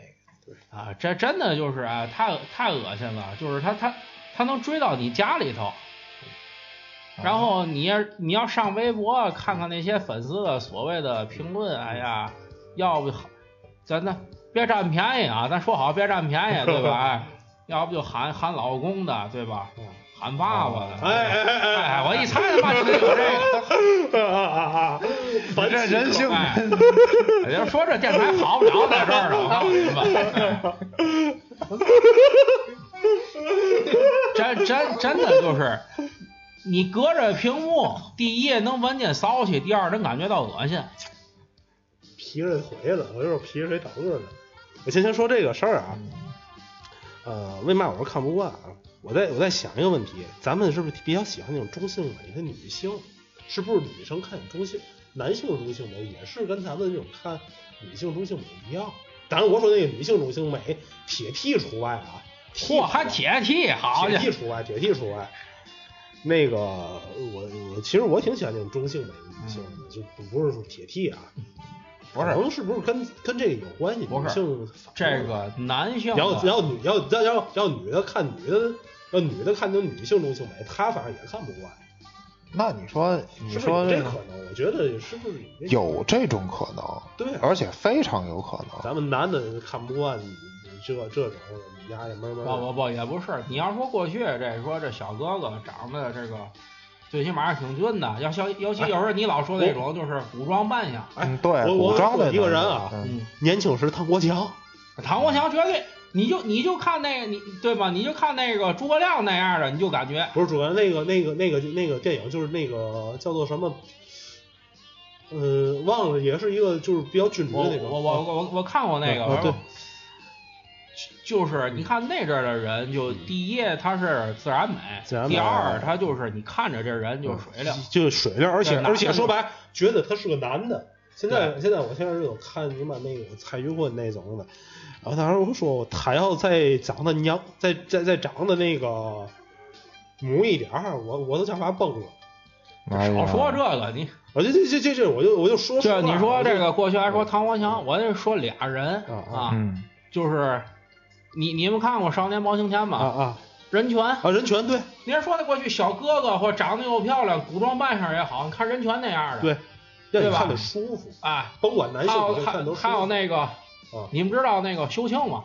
C: 个
D: 啊，这真的就是啊，太太恶心了，就是他他他能追到你家里
B: 啊
D: 头，然后你要你要上微博看看那些粉丝的所谓的评论，哎呀，要不咱那别占便宜啊，咱说好别占便宜，对吧？哎， 要不就喊喊老公的，对吧？喊爸爸的，
B: 嗯哎哎哎哎
D: 哎，我一猜他妈就得有这个。
B: 啊啊啊！
C: 你这人性
D: 哎，也就是说这电台好不了在这儿了，啊我告诉你吧。 真真真的就是，你隔着屏幕，第一能闻见骚气，第二能感觉到恶心。
B: 皮着腿了，我一会儿皮着腿找乐呢。我先先说这个事儿啊，呃，为嘛我说看不惯啊？我在我在想一个问题，咱们是不是比较喜欢那种中性美的女星？是不是女生看中性，男性中性美也是跟咱们这种看女性中性美一样？当然，我说那个女性中性美，铁 T 除外啊。T
D: 嚯，还铁 T 好
B: 铁
D: 家
B: T 除外，铁 T 除外。啊那个，我我其实我挺喜欢那种中性美的女性的，就不不是说铁 T 啊，
C: 不是
B: 可能是不是跟跟这个有关系？
D: 不是
B: 女性反
D: 这个男性的啊
B: 要要女要要要要女的看女的，要女的看那种女性中性美，她反正也看不惯，
C: 那你说，你
B: 是不是
C: 说
B: 有这可能？我觉得是不是这
C: 有这种可能？
B: 对啊
C: 而且非常有可能。
B: 咱们男的看不惯你这这种，你丫的慢慢
D: 不不不，也不是。你要说过去这说这小哥哥长得这个，最起码挺俊的。要像尤其有时候你老说那种就是古装扮相，
C: 嗯，对，
B: 哎我我
C: 古装
B: 我
C: 的
B: 一个
C: 那
B: 人
C: 种
B: 啊
C: 嗯
D: 嗯，
B: 年轻时唐国强，
D: 唐国强绝对，你就你就看那个你对吧？你就看那个诸葛亮那样的，你就感觉
B: 不是主要那个那个那个那个电影就是那个叫做什么，呃，忘了，也是一个就是比较君主
D: 我
B: 的那种。
D: 我我我我看过那个，
B: 啊
D: 我
B: 对
D: 说就是你看那阵儿的人，就第一他是自然美，
B: 自然美啊
D: 第二他就是你看着这人就是水灵。
B: 就是水灵，而且
D: 对男的
B: 而且说白，觉得他是个男的。现在现在我现在是有看你妈那个蔡徐坤那种的，然后当时我说他要再长得娘，再再再长得那个母一点儿，我我都想把他崩了。
C: 哎
B: 嗯
C: 呀
D: 少哦说这个，你
B: 我就这这这这，我就我就啊说实话
D: 这你说这个过去还说
B: 嗯
D: 唐国强，我得说俩人
B: 啊啊
D: 啊，
C: 嗯，
D: 就是你你们看过《少年包青天》
B: 啊
D: 吗？
B: 啊
D: 人权，
B: 啊人权对
D: 您说的过去小哥哥或者长得又漂亮，古装扮相也好，你看人权那样的，
B: 对，让
D: 对
B: 你
D: 吧
B: 看着舒服，
D: 哎，
B: 甭管男性
D: 还
B: 女
D: 有
B: 性看都舒服。
D: 还还有那个
B: 啊，
D: 你们知道那个修庆吗？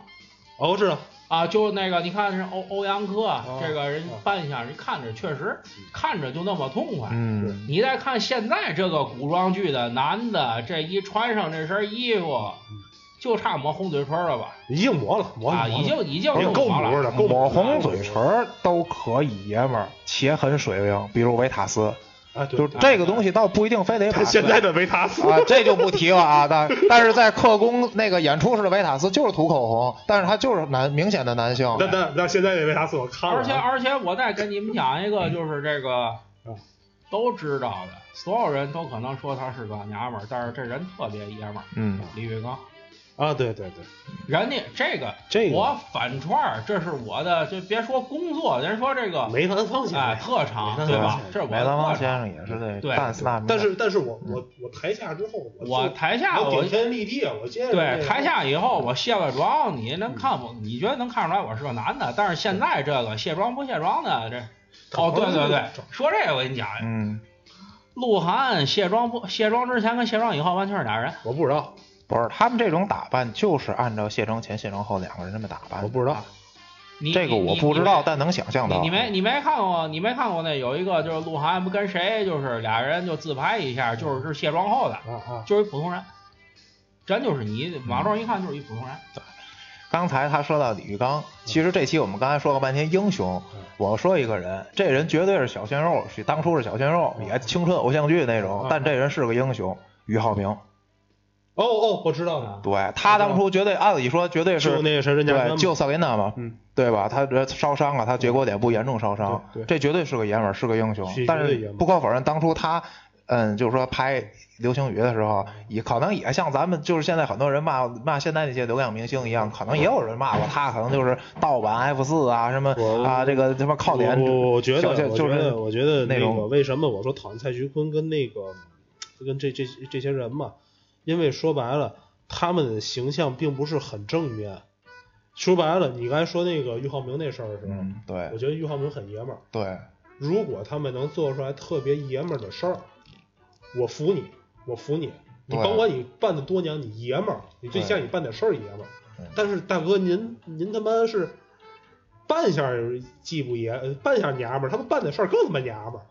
B: 哦，我知道，
D: 啊，就那个，你看是欧欧阳克、
B: 哦
D: 这个人
B: 哦嗯
D: 扮相，人看着确实看着就那么痛快。
C: 嗯，
D: 你再看现在这个古装剧的男的，这一穿上这身衣服，
B: 嗯
D: 就差抹红嘴唇了吧？
B: 已经磨了磨了，
D: 啊，
B: 磨了
D: 已经已经
B: 已经够
D: 完
B: 模
D: 了。
B: 了，够啊模
C: 抹
B: 了
C: 红嘴唇儿都可以，爷们儿且很水灵，比如维塔斯，
B: 啊，对
C: 就这个东西倒不一定非得把
B: 他 现在的维塔斯
C: 啊，这就不提了啊。但但是在客宫那个演出时的维塔斯就是涂口红，但是他就是男明显的男 性。
B: 那那那现在那维塔斯我看了啊，
D: 而且而且，我再跟你们讲一个，就是这个
B: 嗯
D: 都知道的，所有人都可能说他是个娘们儿，但是这人特别爷们儿。
C: 嗯，
D: 李玉刚，
B: 啊，对对对，
D: 人家这个
B: 这个
D: 我反串儿，这是我的，就别说工作，人说这个
B: 梅兰芳先
D: 哎
B: 生，
D: 特长
B: 梅兰芳先？
D: 对吧
B: 生
D: 这是我
C: 梅
D: 的
C: 兰芳
D: 特
C: 先
D: 长。
C: 生也是那
D: 对
C: 但斯纳米
B: 但是但是我我我台下之后，
D: 我
B: 我就
D: 台下
B: 我
D: 我
B: 顶天立地啊，我接着那
D: 对
B: 个
D: 台下以后我卸了妆，你能看我？你觉得能看出来我是个男的？但是现在这个卸妆不卸妆的这。哦，对对对，说这个我跟你讲，
C: 嗯，
D: 鹿晗卸妆不卸妆之前跟卸妆以后完全是俩人。
B: 我不知道，
C: 不是他们这种打扮就是按照卸妆前、卸妆后两个人这么打扮。
B: 我不知道，啊
D: 你
C: 这个
D: 你
C: 我
D: 你
C: 不知道，
D: 你
C: 但能想象
D: 你
C: 到。
D: 你没你没看过你没看过那有一个就是鹿晗不跟谁就是俩人就自拍一下，就是是卸妆后的，
B: 啊啊，
D: 就是一普通人，真就是你
B: 嗯
D: 往这儿一看就是一普通人。
C: 刚才他说到李玉刚，其实这期我们刚才说了半天英雄
B: 嗯，
C: 我说一个人，这人绝对是小鲜肉，是当初是小鲜肉，
D: 嗯
C: 也青春偶像剧那种
B: 嗯，
C: 但这人是个英雄，俞灏明。
D: 嗯
B: 哦哦，我知道了，
C: 对他当初绝对按理说绝对
B: 就是那个谁任嘉
C: 对
B: 轩
C: 救萨琳娜嘛，
B: 嗯
C: 对吧？他这烧伤啊了，他节骨眼部严重烧伤
B: 对对，
C: 这绝对是个爷们儿，是个英雄
B: 是。
C: 但
B: 绝对爷
C: 是
B: 们儿
C: 不可否认，当初他。嗯，就是说拍《流星雨》的时候，也可能也像咱们就是现在很多人骂骂现在那些流量明星一样，可能也有人骂过他，可能就是盗版 F 四啊什么
B: 我
C: 啊这个什么靠点，
B: 我我我觉得，
C: 小
B: 我觉
C: 小
B: 得，
C: 就是
B: 我觉得那
C: 那
B: 个
C: 种
B: 为什么我说讨厌蔡徐坤跟那个跟这这这些人嘛？因为说白了，他们的形象并不是很正面。说白了，你刚才说那个俞灏明那事儿的时候，
C: 嗯，对
B: 我觉得俞灏明很爷们儿。
C: 对，
B: 如果他们能做出来特别爷们儿的事儿，我服你，我服你。你
C: 对
B: 甭管你办的多娘，你爷们儿，你最起码
C: 对
B: 你办点事儿爷们
C: 嗯
B: 儿。但是大哥，您您他妈是半下儿既不爷，呃半下儿娘们儿，他们办的事儿更他妈娘们儿。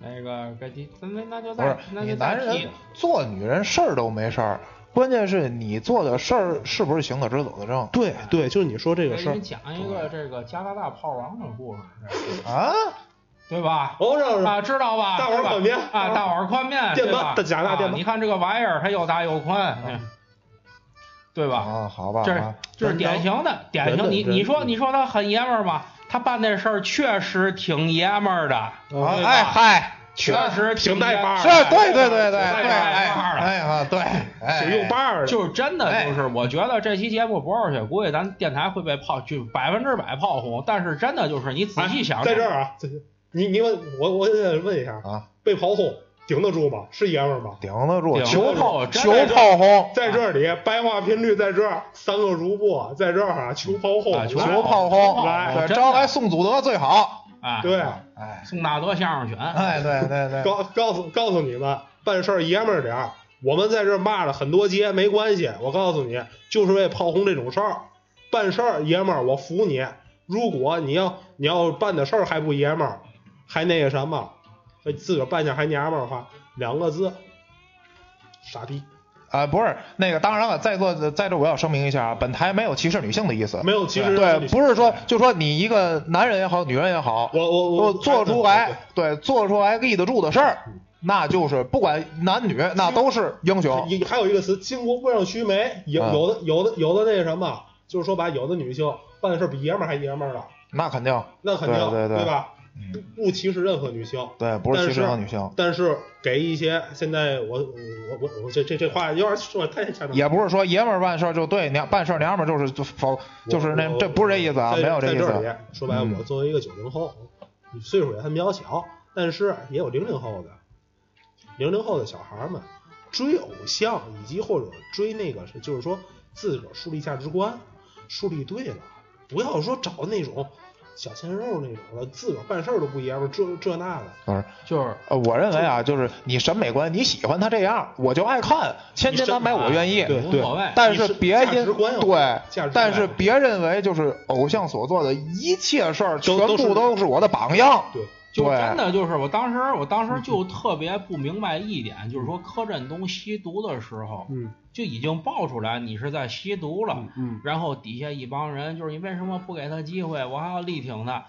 D: 那个，赶紧，那那就
C: 不是
D: 再，那
C: 你
D: 就
C: 男
D: 再
C: 人
D: 提。
C: 做女人事儿都没事儿，关键是你做的事儿是不是行得直走得正
B: 对对，就是你说这
D: 给你们讲一个这个加拿大炮王的故事，
C: 啊？
D: 对吧？
B: 我让
D: 啊，知道吧？
B: 大碗
D: 对吧
B: 宽面
D: 啊，大碗宽面，
B: 电啊
D: 对吧
B: 鳗？加拿大
D: 啊
B: 电鳗
D: 你看这个玩意儿，它又大又宽，嗯对吧？
C: 啊，好吧，
D: 这是
C: 啊
D: 这是典型的典型。你
B: 人的嗯
D: 你说
B: 人
D: 你说他很爷们儿吧？他办那事儿确实挺爷们儿的，
B: 啊
D: 对吧
C: 哎嗨，
D: 确实
B: 挺带把儿
C: 是对对对对对，
D: 带
C: 哎
D: 把儿的
C: 哎啊对，哎
B: 谁用把儿？
D: 就是真的，
C: 哎
D: 就是我觉得这期节目不热血，估计咱电台会被炮，就百分之百炮轰。但是真的就是你仔细
C: 哎
D: 想想，
B: 在这儿啊，在这你你问我，我得问一下
C: 啊，
B: 被炮轰顶得住吗？是爷们儿吗？
C: 顶得住，
D: 顶
C: 球
D: 得住
C: 球
D: 真的
C: 炮轰，
B: 在这里，白话频率在这儿，三个如波在这儿啊，求炮轰，
D: 啊
C: 球
D: 求
C: 炮
D: 球炮
C: 轰，
D: 轰
C: 对
D: 真的
C: 招来宋祖德最好，
D: 啊，
B: 对，
C: 哎
D: 宋大德相声选，
C: 哎对对对，
B: 告告诉告诉你们，办事儿爷们儿点儿。我们在这儿骂了很多街，没关系。我告诉你，就是为炮轰这种事儿，办事儿爷们儿，我服你。如果你要你要办的事儿还不爷们儿，还那个什么，呃自个儿办点儿还娘们儿的话，两个字，傻逼，
C: 啊不是那个，当然了，在座在这我要声明一下啊，本台没有歧视女性的意思，
B: 没有歧视。
C: 对，不是说就说你一个男人也好，女人也好，
B: 我我我
C: 都做出来，对，做出来立得住的事儿，那就是不管男女，那都是英雄。
B: 也还有一个词，巾帼不让须眉。有
C: 啊
B: 有的有的有的那什么，就是说白，有的女性办的事儿比爷们儿还爷们儿了，
C: 那肯定，
B: 那肯定
C: 对对对
B: 吧？不不歧视任何女性，
C: 对，不是歧视任何女性，
B: 但是给一些现在我我我我这这这话有点说得太吓人了。
C: 也不是说爷们儿办事儿就对，娘办事儿娘们儿就是就否，就是那
B: 我
C: 这不是这意思啊，
B: 在
C: 没有这意
B: 在这
C: 思。
B: 里说白了，
C: 嗯
B: 我作为一个九零后，岁数也还比较小，但是也有零零后的，零零后的小孩儿们追偶像，以及或者追那个是，就是说自个儿树立价值观，树立对了，不要说找那种小鲜肉那种的，自个儿办事儿都不一样，这这那的。
D: 就是
C: 呃，我认为啊，就是你审美观，你喜欢他这样，我就爱看，千金难买我愿意。嗯
B: 对
D: 无所谓。
C: 但是别
B: 你是价
C: 因
B: 值观要
C: 对
B: 价值观，
C: 但是别认为就是偶像所做的一切事儿，全
B: 都都是
C: 部都是我的榜样。
B: 对，
D: 就
C: 对嗯
D: 真的就是，我当时我当时就特别不明白一点，就是说柯震东吸毒的时候，
B: 嗯
D: 就已经爆出来你是在吸毒了，
B: 嗯，
D: 然后底下一帮人就是你为什么不给他机会，我还要力挺他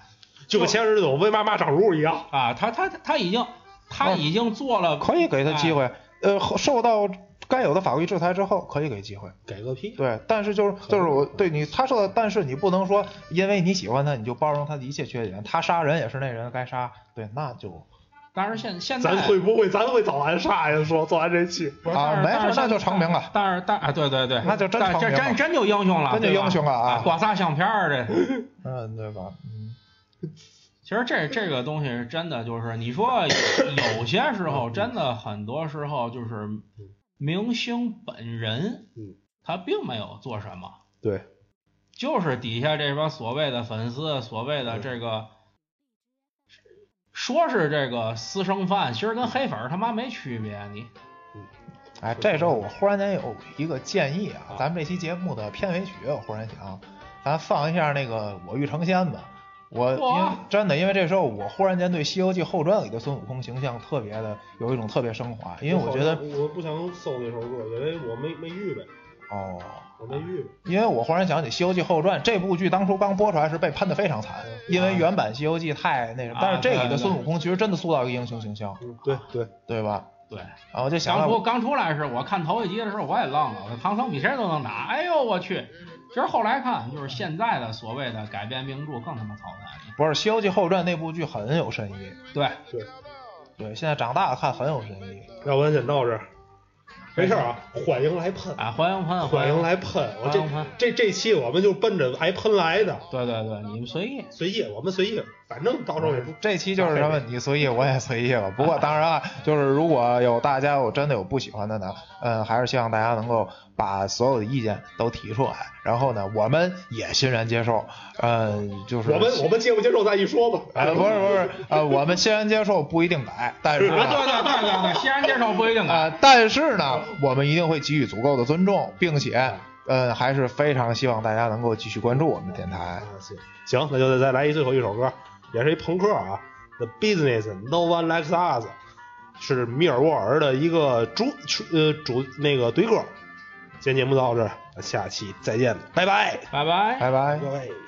B: 就跟前日子我为嘛骂长如一样，
D: 啊，他他他已经他已经做了，
C: 哦可以给他机会，呃，受到该有的法律制裁之后，可以给机会。
B: 给个屁！
C: 对，但是就是
B: 以
C: 就是我对你，他受到，但是你不能说因为你喜欢他，你就包容他的一切缺点。他杀人也是那人该杀，对，那就
D: 但是现现在
B: 咱会不会咱会早完啥呀？说做完这期，
D: 不是
C: 啊
D: 但是
C: 没事
D: 但是
C: 那就成名了
D: 但是但啊，对对对，
C: 那就真
D: 但
C: 成名
D: 这
C: 了
D: 真真就英雄了，
C: 真就
D: 对吧
C: 英雄了啊
D: 光撒相片儿的。
C: 嗯，对吧？嗯，
D: 其实这这个东西是真的，就是你说有有些时
C: 嗯
D: 候，真的很多时候就是明星本人
B: 嗯，
D: 他并没有做什么，
C: 对，
D: 就是底下这帮所谓的粉丝，所谓的这个，说是这个私生饭，其实跟黑粉儿他妈没区别，你
C: 哎，这时候我忽然间有一个建议啊，咱们这期节目的片尾曲，啊我忽然想，咱放一下那个《我欲成仙》吧。我因为
D: 哇
C: 真的，因为这时候我忽然间对《西游记后传》里的孙悟空形象特别的有一种特别升华，因为我觉得
B: 我不想搜那首歌，因为我没没预备，
C: 哦，
B: 我没预备。
C: 因为我忽然想起《西游记后传》这部剧，当初刚播出来是被喷的非常惨，
B: 嗯
C: 因为原版《西游记》太那什
B: 啊
C: 么，但是这里的孙悟空其实真的塑造一个英雄形象，
B: 嗯，对对，
C: 对吧？
D: 对。
C: 然后就想
D: 当初
C: 到
D: 刚出来时，我看头一集的时候我也愣了，我说唐僧比谁都能打，哎呦我去！其实后来看，就是现在的所谓的改编名著更他妈操蛋。
C: 不是《西游记后传》那部剧很有深意，
D: 对，
C: 对，现在长大了看很有深意。
B: 要不然先到这儿，没事儿啊，欢迎来喷，
D: 啊，欢迎喷，
B: 欢迎来喷。
C: 啊
B: 我
D: 欢迎欢迎
B: 这这这期我们就奔着挨喷来的，
D: 对对对，你们随意。
B: 随意，我们随意，反正到时候也不
C: 这期就是什么你随意，我也随意了。不过当然啊，就是如果有大家有真的有不喜欢的呢，嗯，还是希望大家能够把所有的意见都提出来，然后呢，我们也欣然接受。嗯，就是
B: 我们我们接不接受再一说吧。
C: 啊，不是不是，呃，我们欣然接受，不一定改，但是
D: 啊，
C: 呢，
D: 对对对对 对，欣然接受不一定
C: 啊、
D: 改。
C: 但是呢，我们一定会给予足够的尊重，并且，呃，还是非常希望大家能够继续关注我们的电台。
B: 啊，行行，那就再再来一最后一首歌，也是一朋克啊，The Business No One Likes Us，是密尔沃尔的一个主呃主那个怼歌。今天节目到这儿，下期再见，拜拜，
D: 拜拜。
C: 拜拜。
B: 各位。